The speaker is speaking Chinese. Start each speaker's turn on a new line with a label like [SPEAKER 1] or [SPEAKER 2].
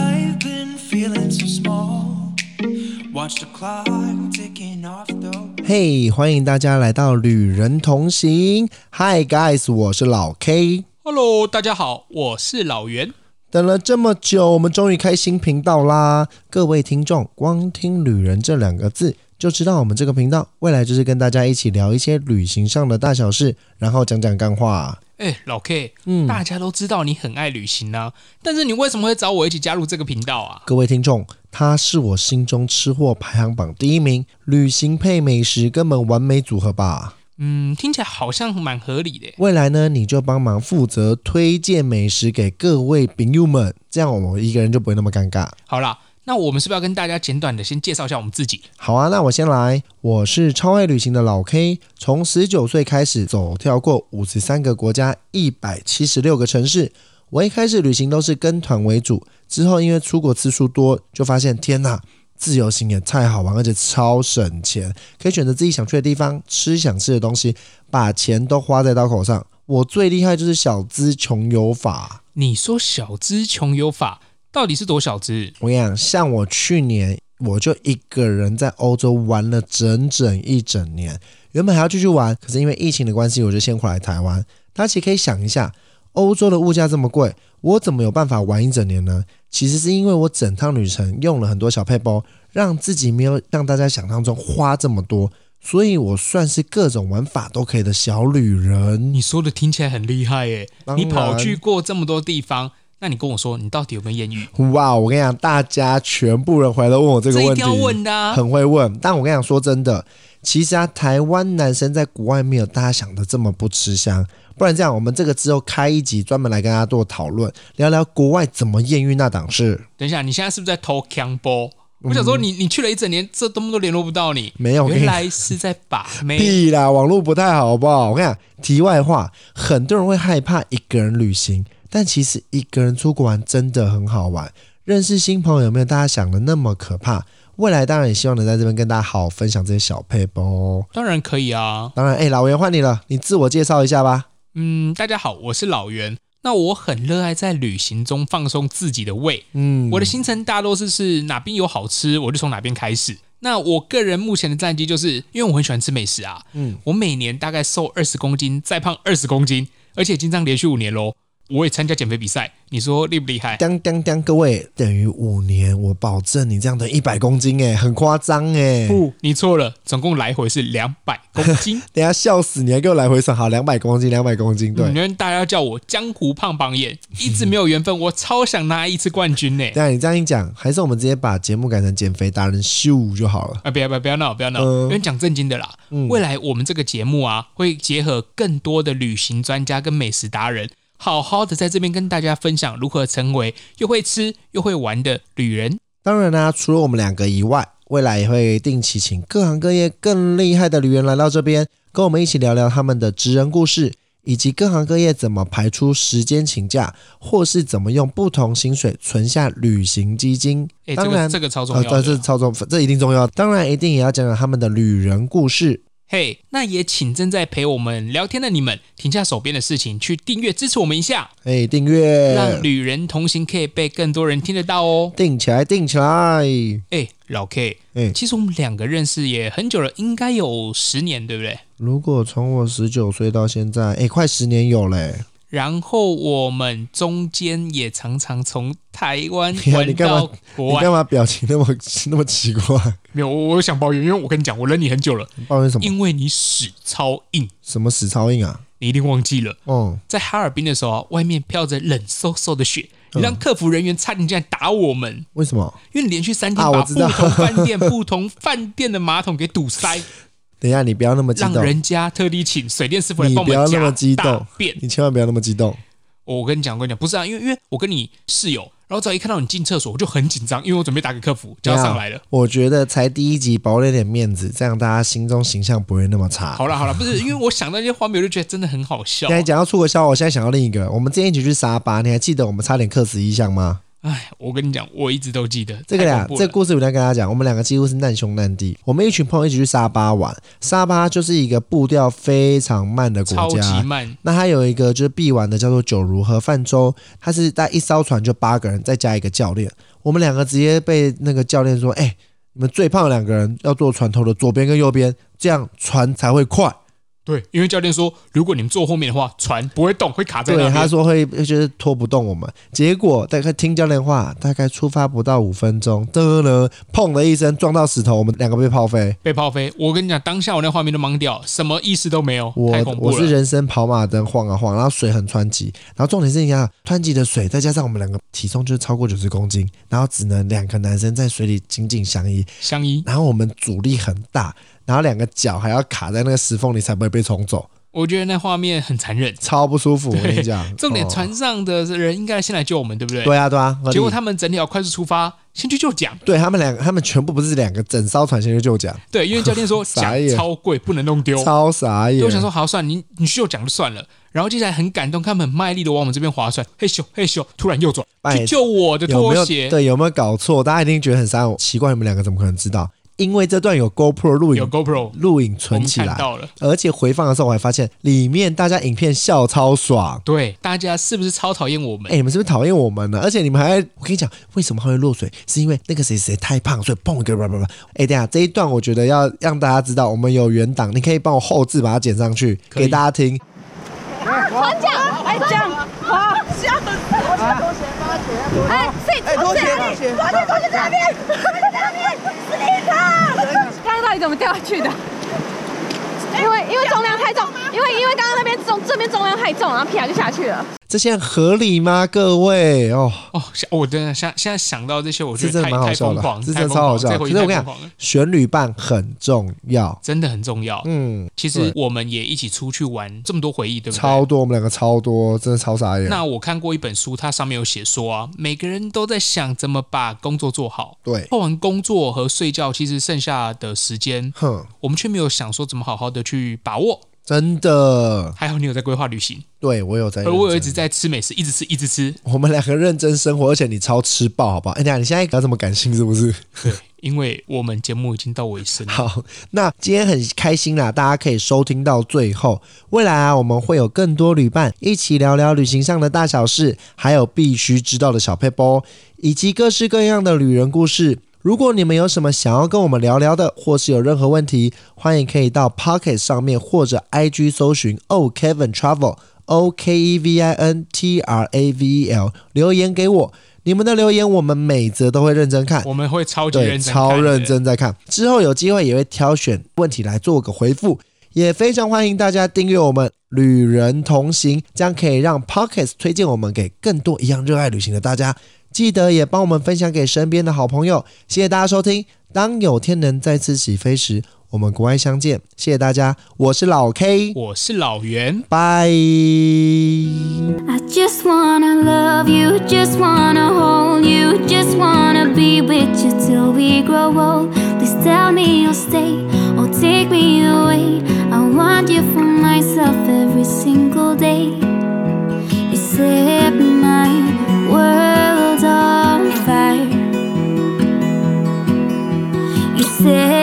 [SPEAKER 1] Imagine feeling so small. Watch the clock ticking off the.
[SPEAKER 2] 嘿欢迎大家来到旅人同行。Hi guys，我是老 K。
[SPEAKER 3] Hello，大家好，我是老袁。
[SPEAKER 2] 等了这么久，我们终于开新频道啦！各位听众，光听“旅人”这两个字，就知道我们这个频道未来就是跟大家一起聊一些旅行上的大小事，然后讲讲干话。
[SPEAKER 3] 哎、老 K，大
[SPEAKER 2] 嗯
[SPEAKER 3] 家都知道你很爱旅行啊，但是你为什么会找我一起加入这个频道啊？
[SPEAKER 2] 各位听众，他是我心中吃货排行榜第一名，旅行配美食，根本完美组合吧！
[SPEAKER 3] 嗯，听起来好像蛮合理的。
[SPEAKER 2] 未来呢，你就帮忙负责推荐美食给各位朋友们，这样我一个人就不会那么尴尬。
[SPEAKER 3] 好啦，那我们是不是要跟大家简短的先介绍一下我们自己？
[SPEAKER 2] 好啊，那我先来。我是超爱旅行的老 K，从十九岁开始走跳过五十三个国家、一百七十六个城市。我一开始旅行都是跟团为主，之后因为出国次数多，就发现天呐，自由行也太好玩，而且超省钱，可以选择自己想去的地方，吃想吃的东西，把钱都花在刀口上。我最厉害就是小资穷游法。
[SPEAKER 3] 你说小资穷游法到底是多小资？
[SPEAKER 2] 我跟你讲，像我去年我就一个人在欧洲玩了整整一整年，原本还要继续玩，可是因为疫情的关系，我就先回来台湾。大家其实可以想一下，欧洲的物价这么贵，我怎么有办法玩一整年呢？其实是因为我整趟旅程用了很多小配包，让自己没有像大家想象中花这么多，所以我算是各种玩法都可以的小旅人。
[SPEAKER 3] 你说的听起来很厉害耶！
[SPEAKER 2] 嗯当
[SPEAKER 3] 你
[SPEAKER 2] 然
[SPEAKER 3] 跑去过这么多地方，那你跟我说你到底有没有艳遇？
[SPEAKER 2] 哇！我跟你讲，大家全部人回来都问我这个
[SPEAKER 3] 这一
[SPEAKER 2] 问
[SPEAKER 3] 定
[SPEAKER 2] 题，
[SPEAKER 3] 要问的、啊。
[SPEAKER 2] 很会问。但我跟你讲，说真的，其实啊，台湾男生在国外没有大家想的这么不吃香。不然这样，我们这个之后开一集专门来跟大家做讨论，聊聊国外怎么艳遇那档事。
[SPEAKER 3] 等一下，你现在是不是在偷 c 波？我想说你，你去了一整年，这东西都联络不到你，
[SPEAKER 2] 嗯没有我跟你
[SPEAKER 3] 原来是在把 妹。
[SPEAKER 2] 屁啦，网络不太好，好不好？我跟你讲，题外话，很多人会害怕一个人旅行，但其实一个人出国玩真的很好玩，认识新朋友有没有大家想的那么可怕？未来当然也希望能在这边跟大家好好分享这些小配包哦。
[SPEAKER 3] 当然可以啊，
[SPEAKER 2] 当然，哎、老袁换你了，你自我介绍一下吧。
[SPEAKER 3] 嗯，大家好，我是老袁。那我很热爱在旅行中放松自己的胃。
[SPEAKER 2] 嗯，
[SPEAKER 3] 我的行程大多是是哪边有好吃，我就从哪边开始。那我个人目前的战绩就是，因为我很喜欢吃美食啊，
[SPEAKER 2] 嗯
[SPEAKER 3] 嗯，我每年大概瘦二十公斤，再胖二十公斤，而且已经这样连续五年喽。我也参加减肥比赛，你说厉不厉害？
[SPEAKER 2] 当当当，各位等于五年，我保证你这样的一百公斤哎、很夸张哎。
[SPEAKER 3] 不，你错了，总共来回是两百公斤。
[SPEAKER 2] 等一下笑死，你还给我来回算，好，两百公斤，两百公 斤，对。
[SPEAKER 3] 嗯因为大家叫我江湖胖榜眼，一直没有缘分，我超想拿一次冠军 呢、
[SPEAKER 2] 等一下你这样一讲，还是我们直接把节目改成减肥达人秀就好了。
[SPEAKER 3] 啊，不要不要不要闹不要闹，
[SPEAKER 2] 嗯
[SPEAKER 3] 因为讲正经的啦。未来我们这个节目啊，会结合更多的旅行专家跟美食达人，好好的在这边跟大家分享如何成为又会吃又会玩的旅人。
[SPEAKER 2] 当然啦、除了我们两个以外，未来也会定期请各行各业更厉害的旅人来到这边，跟我们一起聊聊他们的职人故事，以及各行各业怎么排出时间请假，或是怎么用不同薪水存下旅行基金。
[SPEAKER 3] 哎、这
[SPEAKER 2] 当
[SPEAKER 3] 个
[SPEAKER 2] 然，
[SPEAKER 3] 这个超重
[SPEAKER 2] 呃，
[SPEAKER 3] 要的
[SPEAKER 2] 这
[SPEAKER 3] 啊。
[SPEAKER 2] 是超重，这一定重要。当然，一定也要讲讲他们的旅人故事。
[SPEAKER 3] 嘿那也请正在陪我们聊天的你们停下手边的事情，去订阅支持我们一下，
[SPEAKER 2] 哎，订
[SPEAKER 3] 让
[SPEAKER 2] 阅，
[SPEAKER 3] 旅人同行可以被更多人听得到哦。
[SPEAKER 2] 订起来，订起来。
[SPEAKER 3] 哎、老 K，
[SPEAKER 2] 哎，
[SPEAKER 3] 其实我们两个认识也很久了，应该有十年，对不对？
[SPEAKER 2] 如果从我十九岁到现在，哎，快十年有嘞。
[SPEAKER 3] 然后我们中间也常常从台 湾
[SPEAKER 2] 你
[SPEAKER 3] 玩
[SPEAKER 2] 干嘛
[SPEAKER 3] 到国
[SPEAKER 2] 你
[SPEAKER 3] 外
[SPEAKER 2] 干。嘛表情那么那么奇怪？
[SPEAKER 3] 没有，我我想抱怨，因为我跟你讲，我忍你很久了，
[SPEAKER 2] 抱怨什么？
[SPEAKER 3] 因为你屎超硬，
[SPEAKER 2] 什么死超硬啊？
[SPEAKER 3] 你一定忘记了，
[SPEAKER 2] 哦，
[SPEAKER 3] 在哈尔滨的时候啊，外面飘着冷飕飕的雪，你让客服人员差点进来打我们，
[SPEAKER 2] 为什么？
[SPEAKER 3] 因为连续三天
[SPEAKER 2] 啊
[SPEAKER 3] 把
[SPEAKER 2] 我
[SPEAKER 3] 不
[SPEAKER 2] 知道
[SPEAKER 3] 同饭 店、不同饭店的马桶给堵塞，
[SPEAKER 2] 等一下，你不要那么激
[SPEAKER 3] 让
[SPEAKER 2] 动，
[SPEAKER 3] 人家特地请水电师傅来
[SPEAKER 2] 你
[SPEAKER 3] 帮我
[SPEAKER 2] 不要
[SPEAKER 3] 们
[SPEAKER 2] 那么
[SPEAKER 3] 夹
[SPEAKER 2] 激
[SPEAKER 3] 大
[SPEAKER 2] 动
[SPEAKER 3] 便。，
[SPEAKER 2] 你千万不要那么激动。
[SPEAKER 3] 我跟你讲，我跟你讲，不是啊，因为因为我跟你室友，然后只要一看到你进厕所，我就很紧张，因为我准备打给客服，就要上来了。
[SPEAKER 2] 我觉得才第一集，保留点面子，这样大家心中形象不会那么差。
[SPEAKER 3] 好啦好啦，不是因为我想到那些画面，我就觉得真的很好笑
[SPEAKER 2] 刚。才讲到出国消化，我现在想到另一个。我们之前一起去沙巴，你还记得我们差点克死异象吗？
[SPEAKER 3] 哎，我跟你讲，我一直都记得
[SPEAKER 2] 这个
[SPEAKER 3] 呀
[SPEAKER 2] 俩，，这个故事我再跟大家讲，我们两个几乎是难兄难弟。我们一群朋友一起去沙巴玩，沙巴就是一个步调非常慢的国
[SPEAKER 3] 超级
[SPEAKER 2] 家。
[SPEAKER 3] 慢，
[SPEAKER 2] 那它有一个就是必玩的，叫做九如河泛舟，它是带一艘船就八个人，再加一个教练。我们两个直接被那个教练说：“哎、你们最胖的两个人要坐船头的左边跟右边，这样船才会快。”
[SPEAKER 3] 对，因为教练说，如果你们坐后面的话，船不会动，会卡在那
[SPEAKER 2] 对，
[SPEAKER 3] 边。
[SPEAKER 2] 他说会就是拖不动我们。结果大概听教练话，大概出发不到五分钟，噔噔，砰的一声撞到石头，我们两个被炮飞。
[SPEAKER 3] 被炮飞。我跟你讲，当下我那画面都懵掉，什么意思都没有，
[SPEAKER 2] 我
[SPEAKER 3] 太恐怖
[SPEAKER 2] 我是
[SPEAKER 3] 了。
[SPEAKER 2] 人生跑马灯晃啊晃，然后水很湍急，然后重点是你看湍急的水，再加上我们两个体重就是超过九十公斤，然后只能两个男生在水里紧紧相依，
[SPEAKER 3] 相依，
[SPEAKER 2] 然后我们阻力很大，然后两个脚还要卡在那个石缝里才不会被冲走，
[SPEAKER 3] 我觉得那画面很残忍。
[SPEAKER 2] 超不舒服。我跟你讲，
[SPEAKER 3] 重点，
[SPEAKER 2] 哦
[SPEAKER 3] 船上的人应该先来救我们，对不对？
[SPEAKER 2] 对啊对啊，合理
[SPEAKER 3] 结果他们整条快速出发，先去救桨。
[SPEAKER 2] 对他们两个，他们全部不是两个，整艘船先去救奖。
[SPEAKER 3] 对，因为教 练说
[SPEAKER 2] 傻
[SPEAKER 3] 桨
[SPEAKER 2] 眼
[SPEAKER 3] 超贵，不能弄丢。
[SPEAKER 2] 超傻眼。
[SPEAKER 3] 对，我想说，好，算了，你你去救桨就算了。然后接下来很感动，他们很卖力的往我们这边划船，嘿咻嘿咻，突然右转
[SPEAKER 2] 拜
[SPEAKER 3] 去救我的
[SPEAKER 2] 有
[SPEAKER 3] 拖
[SPEAKER 2] 没有
[SPEAKER 3] 鞋，
[SPEAKER 2] 对有没有搞错？大家一定觉得很傻眼，奇怪，你们两个怎么可能知道？因为这段有 GoPro 录
[SPEAKER 3] 有
[SPEAKER 2] 影，
[SPEAKER 3] GoPro，
[SPEAKER 2] 录影
[SPEAKER 3] 我
[SPEAKER 2] 存
[SPEAKER 3] 们
[SPEAKER 2] 起
[SPEAKER 3] 看
[SPEAKER 2] 来，
[SPEAKER 3] 到了。
[SPEAKER 2] 而且回放的时候我还发现里面大家影片笑超爽。
[SPEAKER 3] 对，大家是不是超讨厌我们？
[SPEAKER 2] 哎、你们是不是讨厌我们呢？而且你们还，我跟你讲，为什么他会落水，是因为那个谁谁太胖，所以砰一个叭叭叭。哎、等一下这一段我觉得要让大家知道，我们有原档，你可以帮我后置把它剪上去
[SPEAKER 3] 可以
[SPEAKER 2] 给大家听。
[SPEAKER 4] 船桨，哎，桨，好，笑死！哎，谁？哎，拖鞋，拖鞋，拖鞋，拖鞋在那边，拖鞋在那边，是你的。
[SPEAKER 5] 刚刚到底怎么掉下去的？
[SPEAKER 4] 哎
[SPEAKER 5] 因为因为重量太重，因为因为刚刚那边重这边重量太重，然后啪就下去了。
[SPEAKER 2] 这些合理吗，各位？哦，
[SPEAKER 3] 哦，想我真的现现在想到这些，我觉
[SPEAKER 2] 这
[SPEAKER 3] 得
[SPEAKER 2] 真的
[SPEAKER 3] 太
[SPEAKER 2] 蛮好
[SPEAKER 3] 太
[SPEAKER 2] 笑
[SPEAKER 3] 疯
[SPEAKER 2] 的
[SPEAKER 3] 狂，，
[SPEAKER 2] 这
[SPEAKER 3] 太
[SPEAKER 2] 真的
[SPEAKER 3] 疯
[SPEAKER 2] 超好
[SPEAKER 3] 狂
[SPEAKER 2] 笑。
[SPEAKER 3] 这
[SPEAKER 2] 可
[SPEAKER 3] 回
[SPEAKER 2] 是
[SPEAKER 3] 太
[SPEAKER 2] 我跟你讲
[SPEAKER 3] 疯狂了，，
[SPEAKER 2] 旋律棒很重要。
[SPEAKER 3] 真的很重要。
[SPEAKER 2] 嗯，
[SPEAKER 3] 其实我们也一起出去玩，这么多回忆，对不对？
[SPEAKER 2] 超多，我们两个超多，真的超傻眼。
[SPEAKER 3] 那我看过一本书，它上面有写说啊，每个人都在想怎么把工作做好。
[SPEAKER 2] 对，
[SPEAKER 3] 做完工作和睡觉，其实剩下的时间，
[SPEAKER 2] 哼，
[SPEAKER 3] 我们却没有想说怎么好好的去把握。
[SPEAKER 2] 真的，
[SPEAKER 3] 还好你有在规划旅行，
[SPEAKER 2] 对我有在认
[SPEAKER 3] 而
[SPEAKER 2] 真，
[SPEAKER 3] 我有一直在吃美食，一直吃，一直吃。
[SPEAKER 2] 我们两个认真生活，而且你超吃爆，好不好？哎、等一下你现在要这么感性是不是？
[SPEAKER 3] 对，因为我们节目已经到尾声了。
[SPEAKER 2] 好，那今天很开心啦，大家可以收听到最后。未来啊，我们会有更多旅伴一起聊聊旅行上的大小事，还有必须知道的小 p a p e 以及各式各样的旅人故事。如果你们有什么想要跟我们聊聊的，或是有任何问题，欢迎可以到 Pocket 上面或者 IG 搜寻 Oh Kevin Travel O K E V I N T R A V E L 留言给我。你们的留言我们每则都会认真看，
[SPEAKER 3] 我们会超级
[SPEAKER 2] 对，
[SPEAKER 3] 认真，
[SPEAKER 2] 超认。真在看。之后有机会也会挑选问题来做个回复，也非常欢迎大家订阅我们“旅人同行”，这样可以让 Pockets 推荐我们给更多一样热爱旅行的大家。记得也帮我们分享给身边的好朋友。谢谢大家收听。当有天能再次起飞时，我们国外相见。谢谢大家，我是老 K，
[SPEAKER 3] 我是老袁，
[SPEAKER 2] 拜。
[SPEAKER 6] I just wanna love you, just wanna hold you, just wanna be with you till we grow old. Please tell me you'll stay or take me away. I want you for myself every single day. You set my world on fire. You set